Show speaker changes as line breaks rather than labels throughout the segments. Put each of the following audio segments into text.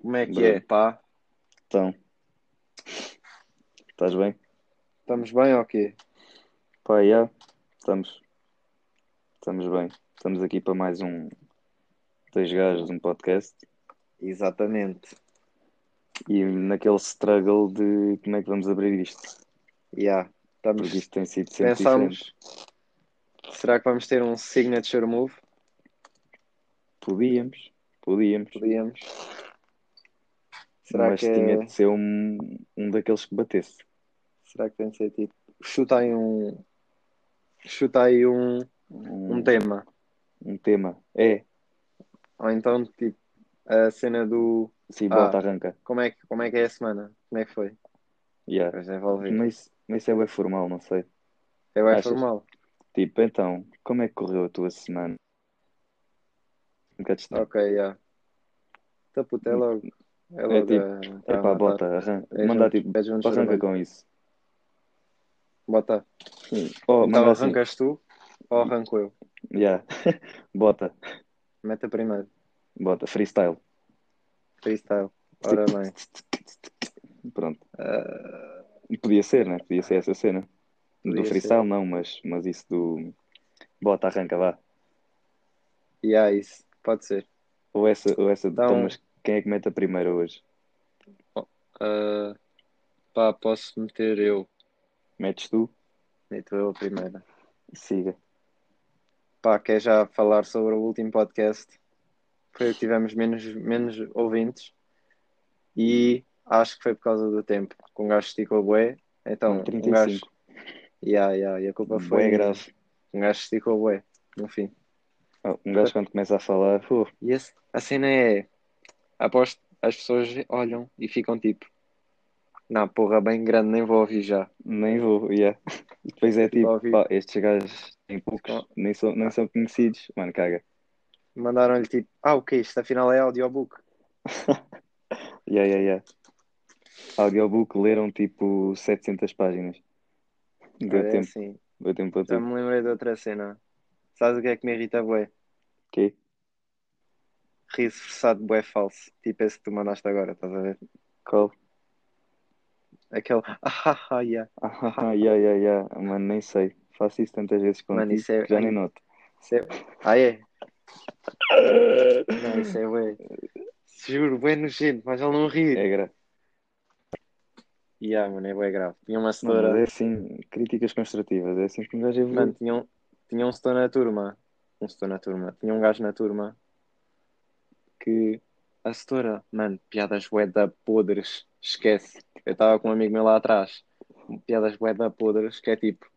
Como é que
Bruno.
é? Pá,
Então, estás bem?
estamos bem ou quê?
Pá, já, estamos. Estamos bem. Estamos aqui para mais um Dois Gajos, um podcast.
Exatamente.
E naquele struggle de como é que vamos abrir isto.
Yeah.
Porque
Estamos...
isto tem sido sempre
Pensámos.
diferente.
Será que vamos ter um signature move?
Podíamos, podíamos.
Podíamos. Será
mas
que, é-
tinha de ser um, um daqueles que batesse.
Será que tem de ser tipo. Chuta aí um. Chuta aí um,
Um,
um tema.
um tema. É,
Ou então tipo a cena do.
sim,
Ah.
bota, arranca.
Como é que, como é, que é a semana? Como é que foi?
Yeah.
Vais envolver.
Mas, isso- mas isso é bem formal, não sei.
É bem
achas?
formal.
Tipo, então, como é que correu a tua semana? Um bocado estranho.
Ok, yeah. Tá puto, é logo. É logo.
tipo,
a- a
Epá,
matar.
bota, arranca.
É
manda
juntos-
tipo,
é juntos
arranca
trabalho.
com isso.
Bota.
Oh,
Então
manda assim.
arrancas tu ou arranco eu?
Yeah. bota,
Mete a primeiro.
bota, freestyle.
Freestyle. Ora bem.
Pronto.
Ah,
Podia ser, né? Podia ser essa cena.
Podia
do freestyle não, mas, mas isso do. Bota, arranca, vá.
e há isso. Pode ser.
Ou essa, ou essa de
Então-
Thomas, quem é que mete a primeira hoje?
Ah, pá, posso meter eu.
Metes tu?
Meto eu a primeira.
Siga.
Pá, quer já falar sobre o último podcast? Foi o que tivemos menos, menos ouvintes. E acho que foi por causa do tempo. Com um gajo esticou a bué. Então,
Não,
um gajo.
35.
Yeah, yeah, e a culpa foi.
Bué grave.
Um gajo esticou a bué. No fim.
Oh, um gajo quando começa a falar, pô,
E esse- a cena é. Aposto, as pessoas olham e ficam tipo. Não, porra, bem grande, nem vou ouvir já.
nem vou, yeah. E depois é tipo,
Ouvi. Tipo,
pá, estes gajos têm poucos, nem são, nem são conhecidos. Mano, caga.
Mandaram-lhe tipo, ah, o que é isto? Afinal é audiobook.
Yeah, yeah, yeah. Audiobook leram tipo 700 páginas. Deu
Ah, é
tempo,
assim.
deu tempo para
Já
tudo.
me lembrei de outra cena. Sabes o que é que me irrita, bué?
Ok?
Riso forçado, bué falso. Tipo esse que tu mandaste agora, estás a ver?
Qual?
Aquele, ah, ah, ah, yeah.
Ah, yeah, yeah, yeah. Mano, nem sei. Faço isso tantas vezes contigo,
Mano, isso é-
que já nem noto.
Isso é... Ah, é? Não, isso é bué. Juro, bué nojento, mas ele não ri.
É grave.
Yeah, mano, é bué grave. Tinha uma
Não, mas
cenoura.
é assim, críticas construtivas, é assim que um gajo
Mano,
evolui.
tinha um, tinha um setor na turma. Um setor na turma. Tinha um gajo na turma que a setora, mano, piadas da podres, esquece. Eu estava com um amigo meu lá atrás. Piadas da podres, que é tipo.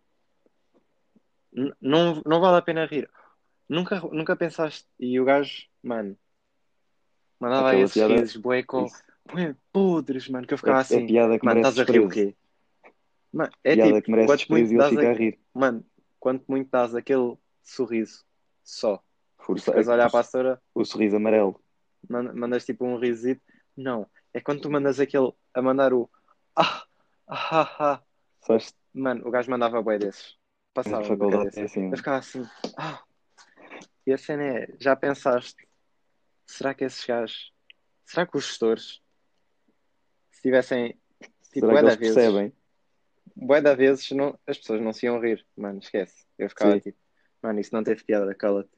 "N- Não, não vale a pena rir. Nunca, nunca pensaste. E o gajo, mano, mandava
Aquela
esses
piada-
risos bué com.
Isso.
bué podres, mano, que eu
É,
ficava
é
assim.
piada que
mano,
merece
estás a rir o
desprezo.
quê? Mano, é
piada
tipo,
que merece
quanto muito
desprezo e ele
dás
fica a rir.
Mano, quanto muito dás aquele sorriso só,
Força-
ficas a olhar para a senhora,
O sorriso amarelo.
man- mandas tipo um risito. Não, é quando tu mandas aquele a mandar o ah, ah, ah, ah.
Sabes,
Mano, o gajo mandava bué desses.
na
Passava bué
faculdade é
desses.
assim.
Eu ficava assim, ah. E a cena é, já pensaste, será que esses gajos, será que os gestores, se tivessem,
Será
tipo, bué
que
da
eles
vezes,
percebem?
bué da vezes não, as pessoas não se iam rir. Mano, esquece. Eu ficava
Sim.
tipo, mano, isso não teve piada, cala-te.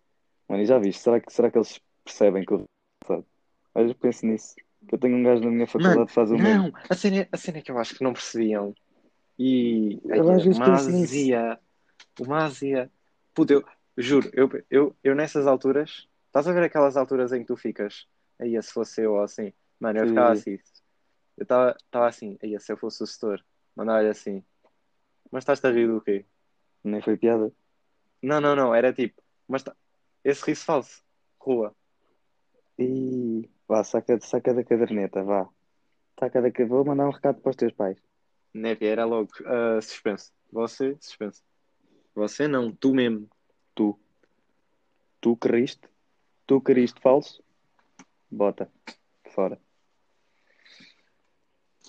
Mano, e já viste? Será que, será que eles percebem que eu. Sabe? Às vezes penso nisso. Que eu tenho um gajo na minha faculdade
Mano,
que faz o mesmo.
Não, a cena, é- a cena é que eu acho que não percebiam. E
Eu
aí,
às vezes
uma
penso nisso.
azia, uma azia. Puta, eu juro, eu, eu, eu nessas alturas, estás a ver aquelas alturas em que tu ficas, aí se fosse eu ou assim, mano, eu
Sim.
ficava assim, eu estava assim, aí se eu fosse o setor, mandava-lhe assim, mas estás-te a rir do quê?
Nem foi piada.
Não, não, não, era tipo, mas tá- esse riso falso, rua,
E vá, saca, saca da caderneta, vá. Saca da caderneta. Vou mandar um recado para os teus pais.
neve, era logo ah, suspenso, você, suspenso, você não, tu mesmo.
Tu. Tu que riste. Tu que riste falso. Bota. Fora.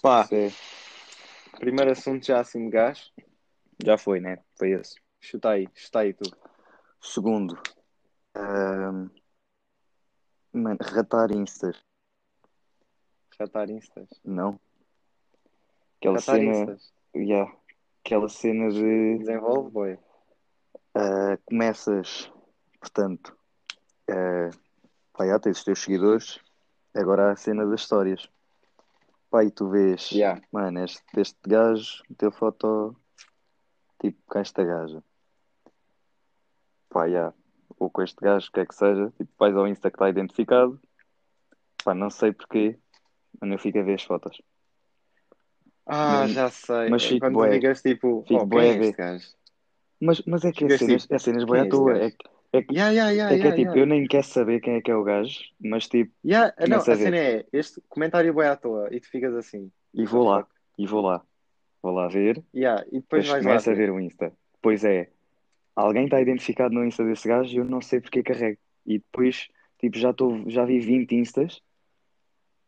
Pá,
Isso é-
Primeiro assunto já assim de gás.
Já foi, né? Foi esse.
Chuta aí, chuta aí tu.
Segundo, ahm, mano, ratar instas.
Catar instas.
Não. Aquela
Catar
cena.
instas.
Yeah. Aquela cena de.
Desenvolve, boy.
Uh, começas, portanto, uh, pá, já tens os teus seguidores, agora há a cena das histórias. Pá, e tu vês,
Yeah.
mano, este, este gajo meteu foto tipo com esta gaja. Pá, já, ou com este gajo, o que é que seja, tipo, vais ao Insta que está identificado, pá, não sei porquê, mas eu fico a ver as fotos.
Ah,
Mas-
já sei.
mas
É
fico
quando
bué.
tu ficas tipo,
Fico
oh, quem
bué
é
a ver.
este gajo?
Mas, mas é que é
Fica
cenas, é cenas bem
quem
à
é este
toa,
gajo?
é que- é que
Yeah, yeah, yeah,
É que é
yeah,
tipo,
yeah.
eu nem quero saber quem é que é o gajo, mas tipo,
Yeah, ah, não,
começa a
a
ver.
cena é este comentário boi à toa e tu ficas assim.
e
what
vou
the
lá,
fuck?
e vou lá, vou lá ver,
Yeah, e depois
depois
vais lá.
começo a ver o Insta. Depois é, alguém está identificado no Insta desse gajo e eu não sei porque carrego. E depois, tipo, já estou, já vi 20 Instas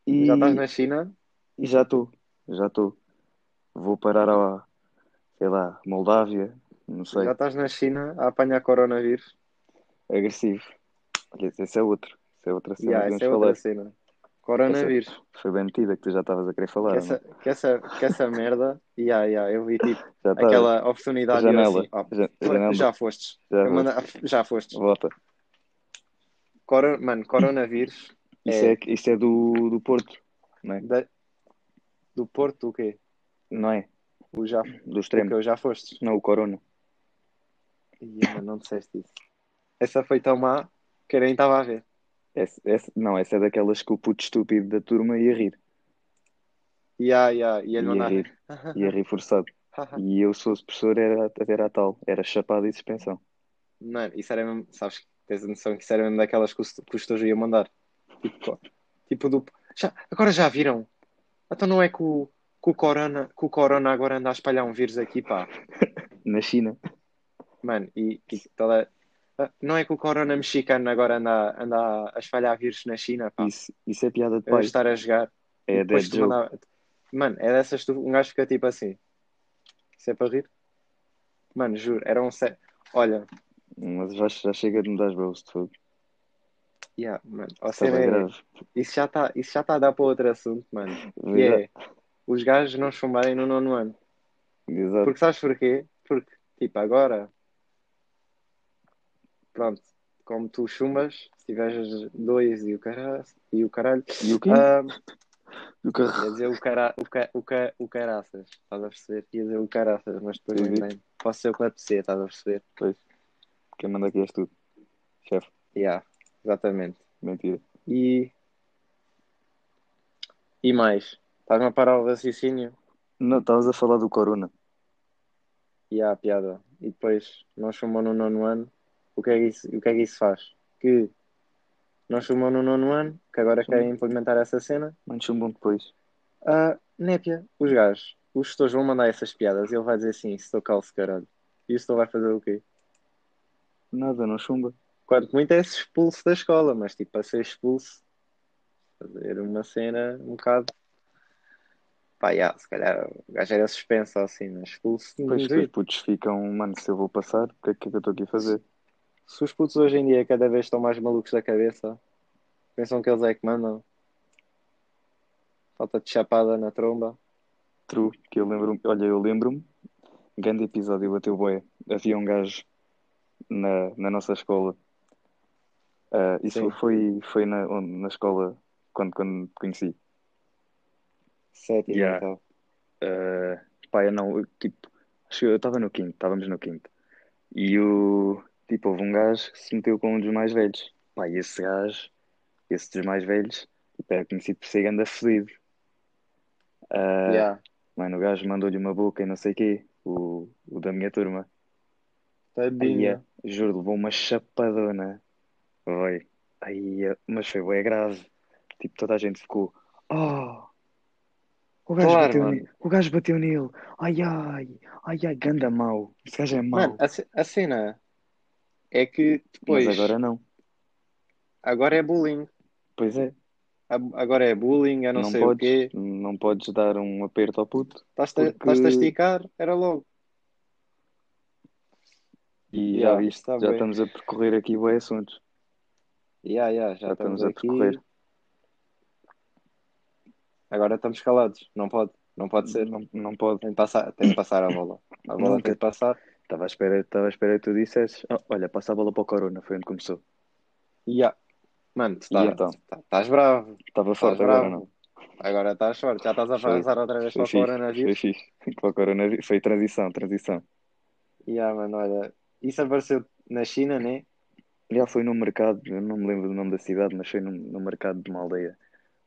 e
Já estás na China?
e já estou, já estou. Vou parar a, sei lá, Moldávia, não sei,
Já estás na China a apanhar coronavírus?
agressivo. Olha, esse é outro, esse é outra cena
Yeah,
que
essa é
vamos
outra
falar.
cena. Coronavírus.
Foi bem metida que tu já estavas a querer falar,
Que
ou não?
essa, que essa, que essa merda. Yeah, yeah, eu vi tipo
Já estavas.
aquela oportunidade e eu
Tá Janela.
assim, oh,
Ja-
for-
janela.
já fostes.
Já
Eu manda- já fostes.
Volta.
Coro- mano, coronavírus
Isso é, que- isso é do, do Porto,
da- do Porto, o quê?
não é?
O já, o
Do
que
extremo.
eu já fostes.
Não, o Corona.
Ih, mano, não disseste isso. Essa foi tão má que eu nem estava a ver.
Esse- esse- não, essa é daquelas que o puto estúpido da turma ia rir.
Ya, ya, e
Ia
ele mandar.
rir, ia rir forçado. E eu, se fosse professor, era, era a tal. Era chapada e suspensão.
Mano, isso era mesmo. Sabes, tens a noção que isso era mesmo daquelas que o que o estojo ia mandar. Tipo, co- tipo do. Já, agora já viram? Então não é que o, que, o corona, que o corona agora anda a espalhar um vírus aqui, pá.
Na China.
Mano, e, e toda. Ah, Não é que o corona mexicano agora anda, a- anda a espalhar vírus na China, pá.
Isso, isso é piada de
Ah. Eu
pai.
estar a jogar.
É dead
Depois tu
joke.
mandava... Mano, é dessas tu... um gajo fica tipo assim. Isso é para rir? Mano, juro, era um set. Olha,
Mas já, já chega de me dar bros de fogo.
yeah, mano, ou
Estava
seja, é-
grave.
isso já está isso já tá a dar para outro assunto, mano. Que
Exato.
é os gajos não chumarem no nono ano.
Exato.
Porque sabes porquê? Porque, tipo, agora pronto, como tu chumas, se tiveres dois e o caralho e o caralho.
E o quê?
ah,
O carro.
Ia dizer o, cara, o, ca, o, ca, o caraças, estás a perceber? Ia dizer o caraças, mas depois
Sim,
lembrei. Posso ser o que me apetecer, estás a perceber?
Quem manda aqui és tu. Chefe.
Yeah, exatamente.
Mentira.
E. E mais? Estás-me a parar o raciocínio?
Não, estavas a falar do Corona.
E há a piada. E depois, não chumou no nono ano, o que é que isso, o que é que isso faz? Que não chumou no nono ano, que agora querem implementar essa cena.
Mande chumbão um depois.
Ah, népia, os gajos, os gestores vão mandar essas piadas e ele vai dizer assim: estou calço, caralho. E o gestor vai fazer o quê?
Nada, não chumba.
Quanto muito é se expulso da escola, mas tipo, para ser expulso, fazer uma cena um bocado. Pá, já, se calhar o gajo era suspenso ou assim, mas expulso. não
Pois que os
duvido.
putos ficam, um mano, se eu vou passar, o que é que eu estou aqui a fazer?
Se os putos hoje em dia cada vez estão mais malucos da cabeça, pensam que eles é que mandam. Falta de chapada na tromba.
True, que eu lembro-me, olha, eu lembro-me, grande episódio bateu boé. Havia um gajo na, na nossa escola. Ah, isso
Sim.
foi, foi na, onde- na escola quando, quando te conheci.
Sétimo,
Yeah.
então.
Ah, pá, eu não, eu, tipo, acho que eu estava no quinto, estávamos no quinto. E o, tipo, houve um gajo que se meteu com um dos mais velhos. Pá, e esse gajo, esse dos mais velhos, tipo, era conhecido por ser ganda fedido. Ah,
Yeah.
Mano, o gajo mandou-lhe uma boca e não sei quê, o, o da minha turma. Aí, eh,
Tadinha.
juro, levou uma chapadona. Oi. Aí, eh, mas foi bué grave. Tipo, toda a gente ficou. Oh! O gajo
Claro,
bateu
mano.
nele. O gajo bateu nele. Ai ai, ai ai, ganda mau. Esse gajo é mau.
Mano, a, ce- a cena é que depois.
Mas agora não.
agora é bullying.
Pois é,
A- Agora é bullying, eu não, sei o quê.
podes, não podes dar um aperto ao puto.
Estás-te a-
Porque-
estás-te a esticar, era logo.
E
Yeah,
já viste,
tá
já
bué.
estamos a percorrer aqui bué assuntos.
Ya, ya, já
Já estamos
estamos
a
aqui.
percorrer.
Agora estamos calados. Não pode. Não pode ser.
Não, não pode.
Tem de passar, tem de passar a bola. A bola
Nunca.
tem de passar.
Estava à espera, estava à espera que tu dissesses. "Ah, olha, passa a bola para o Corona, foi onde começou.
E há. Mano, tu
E
estás
então?
estás bravo.
Estava forte
bravo.
agora, não?
Agora estás forte. Já estás a
Foi-
avançar outra vez para
Foi
é, o
fixe, foi
coronavírus.
fixe. Para o coronavírus. Foi transição, transição.
E há, mano, olha. Isso apareceu na China, né?
Já foi num mercado, eu não me lembro do nome da cidade, mas foi num, num mercado de uma aldeia,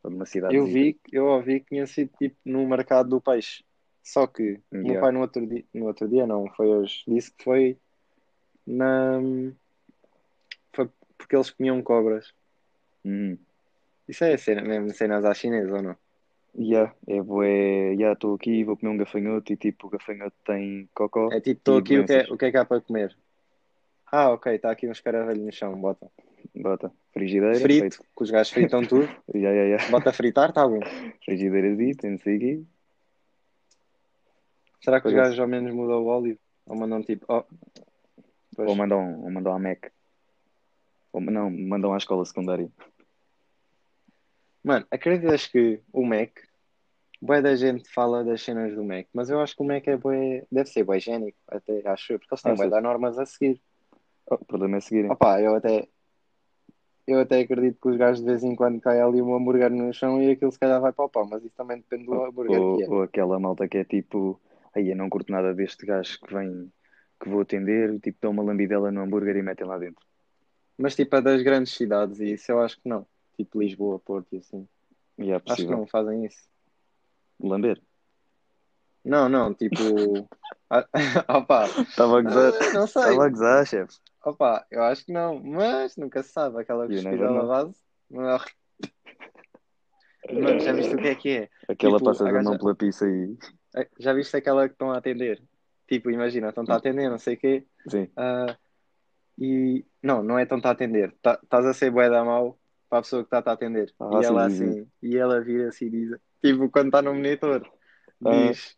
ou de uma cidade.
Eu vi, eu ouvi que tinha sido tipo no mercado do peixe. Só que o meu
Yeah.
pai no outro dia, no outro dia não, foi hoje, disse que foi na foi porque eles comiam cobras.
Hum.
Isso é a cena, mesmo cenas à chinesa ou não?
Yeah, é bué, yeah, estou aqui e vou comer um gafanhoto e tipo, o gafanhoto tem cocó.
É tipo, estou
E
aqui, o que, é,
doenças.
o que é que há para comer? Ah, ok, está aqui uns caravelhos no chão, bota.
Bota, frigideira,
Frito, que os gajos fritam tudo,
feito. Yeah, yeah, yeah.
bota a fritar, está bom.
Frigideiras isto, não sei o quê.
Será que
Pois
os
é.
gajos ao menos mudam o óleo? Ou mandam tipo, oh, pois,
Ou mandam, ou mandam à MEC. Ou, não, mandam à escola secundária.
Mano, acreditas que o Mac, bué da gente fala das cenas do Mac, mas eu acho que o Mac é bué, deve ser bué higiênico, até acho eu, porque eles têm bué
Achas?
da normas a seguir.
Oh, o problema é seguirem.
Opa, eu até, eu até acredito que os gajos de vez em quando cai ali um hambúrguer no chão e aquilo se calhar vai para o pau, mas isso também depende do hambúrguer
Ou,
que é.
ou aquela malta que é tipo, aí eu não curto nada deste gajo que vem, que vou atender, tipo, dão uma lambidela no hambúrguer e metem lá dentro.
Mas tipo, a das grandes cidades e isso eu acho que não. Tipo Lisboa, Porto e assim.
E é
Acho que
possível.
não fazem isso.
Lamber.
Não, não, tipo... Ah, Opa,
Estava a gozar.
não sei.
Estava a gozar, chefe.
Opa, eu acho que não, mas nunca se sabe. Aquela
You never
cuspida na
know.
base. Mano, já viste o que é que é?
Aquela
Tipo,
passa
a
da
gaja-
mão pela pizza e.
Já viste aquela que estão a atender? Tipo, imagina,
Hum.
estão-te a atender, não sei o quê.
Sim.
ah, e. Não, não é estão-te a atender. Tá- Estás a ser bué da mau para a pessoa que está-te a atender.
Ah,
e
sim,
ela
sim, sim.
assim, e ela vira-se e diz. Tipo, quando está no monitor, diz.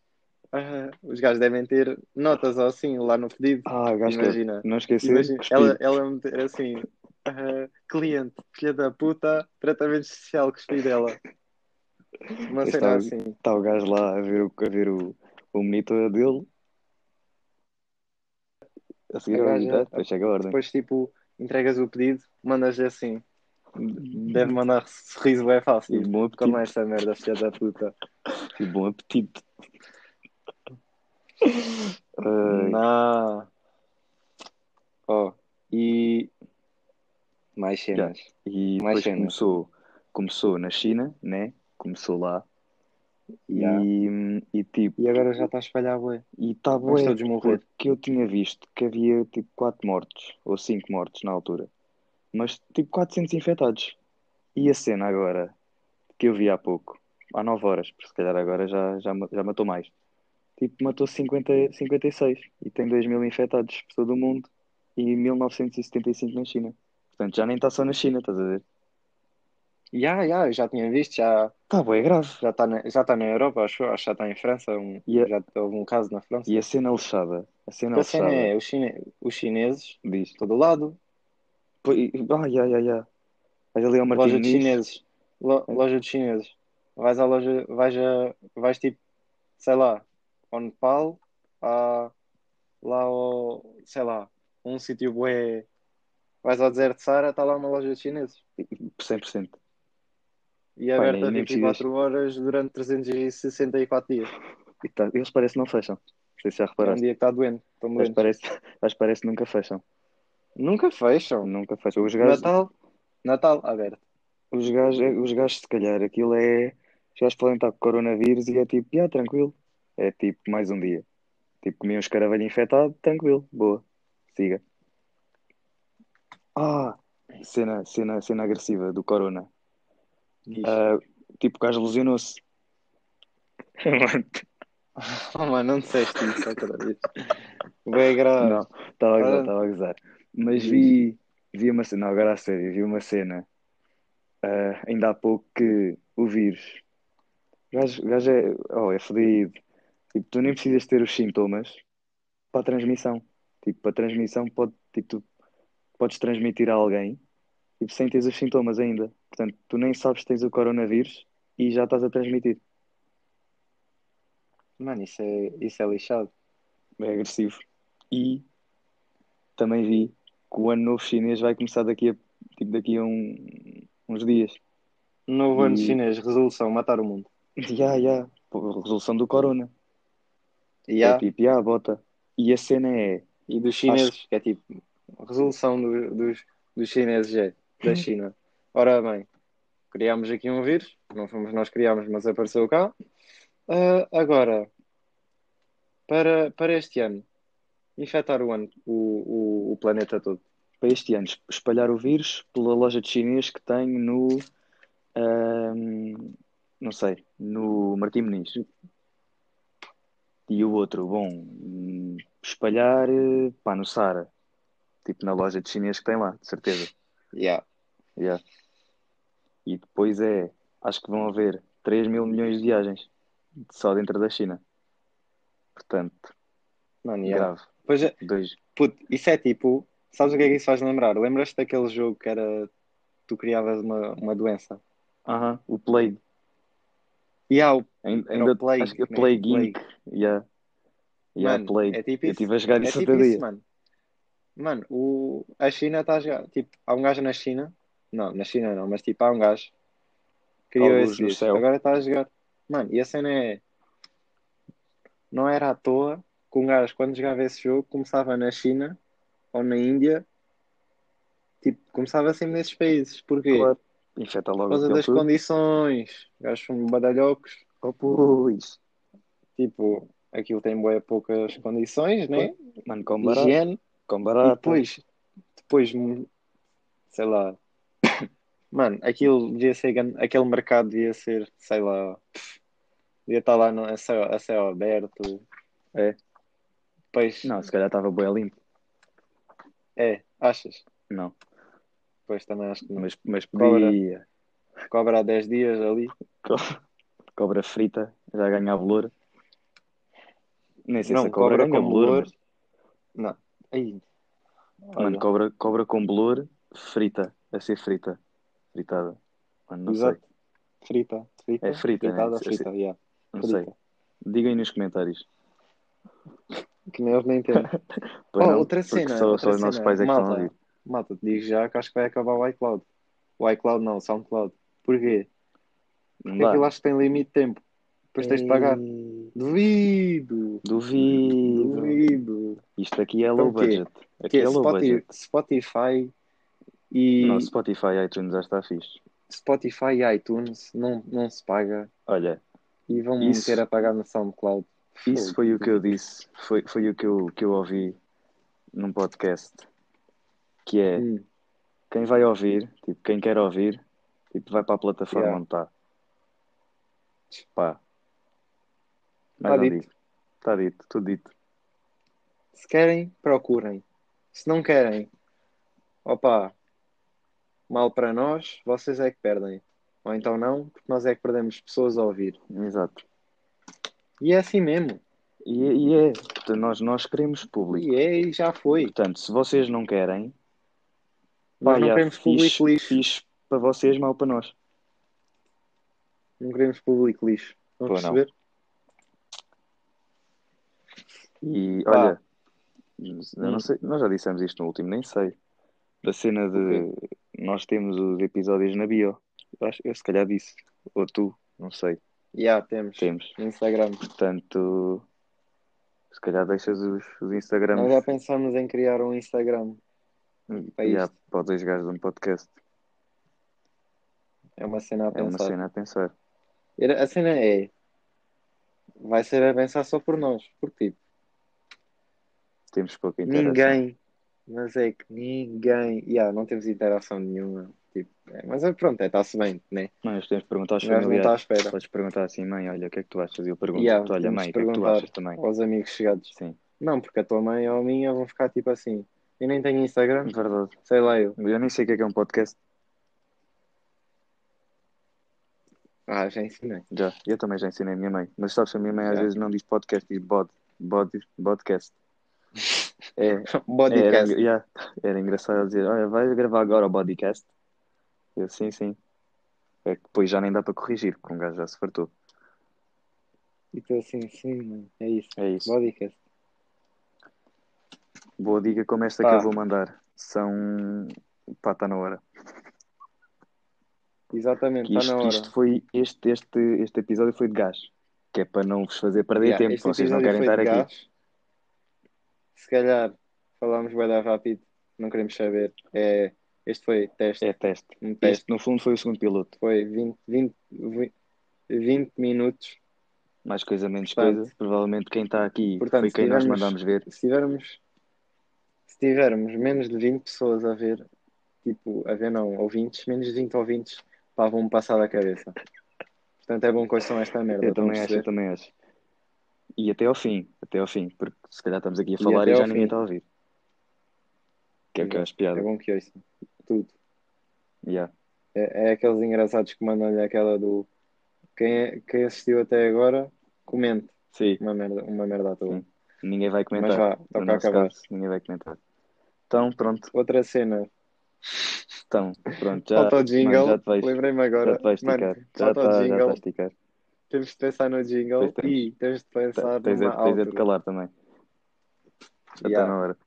"Ah, os gajos devem ter notas ou assim lá no pedido.
Ah, gajo que
Imagina.
Não esquecer,
Imagina,
cuspir.
ela, ela meter assim, ah, cliente, filha da puta, tratamento social, cuspi dela. Uma
Este
cena
é o-
assim.
Está o gajo lá a ver o, a ver o, o monitor dele. A seguir
A
ao
gaja-
militar, depois chega a ordem.
Depois, tipo, entregas o pedido, mandas-lhe assim. Deve
Uhum.
mandar sorriso bem fácil.
E
Tipo,
bom
como
apetite.
é esta merda, filha da puta.
E bom apetite. Ai,
Não. Oh, e. Mais cenas.
e
Mais
depois
cenas.
começou, começou na China, né? Começou lá.
Yeah.
E, e tipo,
E agora já está a espalhar, bué.
e está
Vamos
bué,
todos morrer.
porque eu tinha visto que havia tipo 4 mortos, ou 5 mortos na altura, mas tipo 400 infectados. E a cena agora, que eu vi há pouco, há 9 horas, porque se calhar agora já, já, ma- já matou mais. Tipo, matou 50, 56 e tem 2 mil infectados por todo o mundo e 1975 na China. Portanto, já nem está só na China, estás a ver?
Yeah, yeah, eu já tinha visto, já.
Está Tá bué grave.
Já está na, já tá na Europa, acho, eu, acho que já está em França. Um,
E a-
Já houve um caso na França.
E a cena é lixada, a cena
a cena
lixada,
é os, chine, os chineses,
diz.
todo lado,
Pô, e- Ai, ai, ai, ai. Vais ali ao Martim
loja de
Muniz.
chineses, lo-
É.
loja de chineses. Vais à loja, vais a, vais tipo, sei lá, ao Nepal, a, lá ao, sei lá, um sítio bué, vais ao deserto de Sara, está lá uma loja de chineses.
100%.
E é
Olha,
aberta
e nem
24 horas durante 364 dias.
E tá- eles parece que não fecham. Não sei se já
É um
reparaste.
dia que está doente, estão
Eles
doentes.
parece, eles parece que nunca fecham.
Nunca fecham.
Nunca fecham. Os gajos,
Natal, Natal aberto.
os gajos, os gajos, se calhar, aquilo é. Os gajos podem estar com coronavírus e é tipo, ah, tranquilo. É tipo, mais um dia. Tipo, comi um escaravelho infectado, tranquilo, boa. Siga. Ah! Cena, cena, cena agressiva do corona.
Diz.
Ah, tipo, o gajo lesionou-se.
Oh, mano, não disseste isso outra vez. Bem grave.
Não, estava a gozar,
Ah.
estava a gozar. Mas vi, vi uma cena, não, agora a sério, vi uma cena ah, ainda há pouco que o vírus. O gajo, o gajo é, oh, é fodido. Tipo, tu nem precisas ter os sintomas para a transmissão. Tipo, para a transmissão pode, tipo, tu podes transmitir a alguém tipo, sem ter os sintomas ainda. Portanto, tu nem sabes que tens o coronavírus e já estás a transmitir.
Mano, isso é, isso é lixado.
É agressivo. E também vi que o ano novo chinês vai começar daqui a, tipo, daqui a um- uns dias.
Novo ano
E-
chinês, resolução, matar o mundo.
Ya, ya. Pô, Resolução do corona.
E há-
É tipo, ya, bota. E a cena é.
E dos chineses, que é tipo, resolução do- dos, dos chineses é
Uhum.
da China. Ora bem, criámos aqui um vírus, não fomos nós que criámos, mas apareceu cá. Ah, agora, para, para este ano, infectar o, ano, o, o, o planeta todo.
para este ano espalhar o vírus pela loja de chinês que tenho no ahm, não sei, no Martim Moniz e o outro, bom hum, espalhar eh, pá, no Sara tipo na loja de chinês que tem lá, de certeza
Yeah.
Yeah. e depois é acho que vão haver 3 mil milhões de viagens só dentro da China portanto,
Mano, yeah.
grave
Pois é,
dois,
puto, isso é tipo, sabes o que é que isso faz lembrar? Lembras-te daquele jogo que era, tu criavas uma, uma doença?
Aham, o Plague
E há o,
Ainda,
Era o
ainda
Plague,
acho que é
né?
Plague
Plague.
Inc. Yeah. Yeah,
Mano,
Plague.
é tipo
Eu
isso.
estive a jogar
É
isso
tipo
outro
isso,
dia.
mano. Mano, o... a China está a jogar. Tipo, há um gajo na China. Não, na China não, mas tipo, há um gajo. que Criou
Alguns
esse
no
vírus.
céu.
Agora está a jogar. Mano, e a cena é. Não era à toa que um gajo, quando jogava esse jogo, começava na China ou na Índia. Tipo, começava sempre nesses países. Porquê?
Claro. então Infeta
Por
logo
causa
aquele
das
tudo.
condições. Gajos são badalhocos.
Oh, pois.
Tipo, aquilo tem bué poucas condições, né?
Mano, com barato.
Higiene.
Com
E
barato.
depois, depois, hum, sei lá, mano, aquilo devia ser, gan- aquele mercado devia ser, sei lá, devia estar lá no, a, céu, a céu aberto.
É.
Depois,
Não, se calhar estava bem limpo.
é, achas?
Não.
Depois também acho que não.
Mas, mas
Hum. Cobra.
podia.
Cobra há 10 dias ali.
Cobra frita. Já ganha valor. Nem sei se
Não,
a cobra,
cobra
ganha
com
valor.
bolor.
mas-
Não, aí.
Mano,
Olha,
cobra, cobra com bolor frita. A ser frita. Fritada. Mano, não
exato.
sei.
Frita, frita.
É frita, né?
fritada,
Esse-
frita, yeah,
Não
frita.
sei. Digam aí nos comentários.
Que nem eles nem entendem.
Pois
Oh,
não,
outra
porque
cena,
Só, só
outra
os nossos
cena.
pais é que estão a
Malta.
ouvir.
Malta, te digo já que acho que vai acabar o iCloud. O iCloud não, o SoundCloud. Porquê?
Não
Porque
dá.
aquilo acho que tem limite de tempo. Depois tens de pagar. Duvido!
Duvido.
Duvido!
Isto aqui é
Então
low
o quê?
budget. Aqui
Que
é
é
low
Spotify,
budget.
Spotify e
Não, Spotify iTunes já está fixe.
Spotify e iTunes não, não se paga
Olha,
e vão me
Isso.
meter a pagar no SoundCloud.
isso foi o que eu disse, foi, foi o que eu, que eu ouvi num podcast, que é
Hum,
quem vai ouvir, tipo, quem quer ouvir, tipo, vai para a plataforma
Yeah.
onde está. Pá.
Tá
Mas não
dito.
digo. Está dito, tudo dito.
Se querem, procurem. Se não querem, opa, mal para nós, vocês é que perdem. Ou então não, porque nós é que perdemos pessoas a ouvir.
Exato.
E é assim mesmo.
E, e é, portanto, nós, nós queremos público.
E é, e já foi.
Portanto, se vocês não querem,
Nós não
já,
queremos público lixo.
fixe para vocês, mal para nós.
Não queremos público lixo. Vão
Pois não.
perceber?
E
Pá.
olha, eu não
Hum.
sei, nós já dissemos isto no último, nem sei. Da cena de nós temos os episódios na bio. Eu, acho, eu se calhar disse, ou tu, não sei,
Já yeah, temos.
temos.
Instagram.
Portanto, se calhar deixas os, os Instagrams
Nós já pensamos em criar um Instagram. para
e há
é isto.
para os dois gajos de um podcast.
É uma cena a
É uma
pensar.
cena a pensar.
Era- A cena é. Vai ser a pensar só por nós. Porque tipo,
Temos pouca interação.
ninguém. Mas é que ninguém. Yeah, não temos interação nenhuma. Tipo, é, mas é, pronto, é, está-se bem, né?
Mãe, nós temos de perguntar aos
O gajo não está à
familiares.
espera.
Podes perguntar assim, mãe, olha, o que é que tu achas? E eu pergunto,
Yeah,
olha,
temos
mãe,
de
o que é que tu
perguntar.
achas também?
Aos amigos chegados.
Sim,
Não, porque a tua mãe ou a minha vão ficar tipo assim. Eu nem tenho Instagram,
verdade.
sei lá eu.
Eu nem sei o que é que é um podcast.
Ah, já ensinei.
Já, eu também já ensinei a minha mãe. Mas sabes, a minha mãe às
Já.
vezes não diz podcast, diz bod, bod, podcast. É, é, era,
Bodycast.
yeah, era engraçado ela dizer, olha, vais gravar agora o podcast? Eu, sim, sim. É que depois já nem dá para corrigir, porque um gajo já se fartou.
E tu assim, sim, mano. É isso.
É isso.
Boa dica.
Boa dica como esta que
Pá.
eu vou mandar. São. Pá, está na hora.
Exatamente,
Que
está Tá na
isto,
hora.
isto foi. Este, este, este episódio foi de gás. Que é para não vos fazer perder
Yeah,
tempo.
este
Vocês não querem
episódio
estar
foi de
aqui.
gás. Se calhar falámos bem rápido, não queremos saber. É, este foi teste,
É teste.
um teste.
Este, no fundo, foi o segundo piloto.
Foi 20, 20, 20 minutos.
Mais coisa, menos
Portanto-
coisa. Provavelmente quem está aqui
Portanto,
foi
se
quem nós
tivermos-
mandámos ver.
Se tivermos, se tivermos menos de 20 pessoas a ver, tipo, a ver não, ouvintes, menos de 20 ouvintes, pá, vão-me passar da cabeça. Portanto, é bom que ouçam esta merda.
Eu
estão a
também acho, eu
perceber?
também acho. E até ao fim, até ao fim, porque se calhar estamos aqui a
E
falar
até
e, já
ao
ninguém
fim.
está a ouvir. Que é o que eu acho
É
piada.
bom que ouçam. Tudo.
Yeah.
É, é aqueles engraçados que mandam-lhe aquela do. Quem, é- quem assistiu até agora, comente.
Sim,
Uma merda, uma merda à toa.
Sim, ninguém vai comentar.
Mas vá,
no
toca a
nosso
acabar.
caso, ninguém vai comentar. Então, pronto,
Outra cena.
então, pronto, já,
Falta o jingle.
mano, já te vais, já
Lembrei-me agora.
te vais
Mano,
esticar. já
falta o
tá- já
jingle.
tá a esticar.
Temos de pensar no jingle
Pois temos.
e temos de
Tá,
pensar
Tens é,
numa
tens é de
outro.
calar também. Já está
Yeah.
na hora.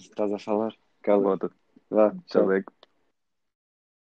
Estás a falar? Cala.
Volta.
Vá,
Tchau,
tchau.
Beco.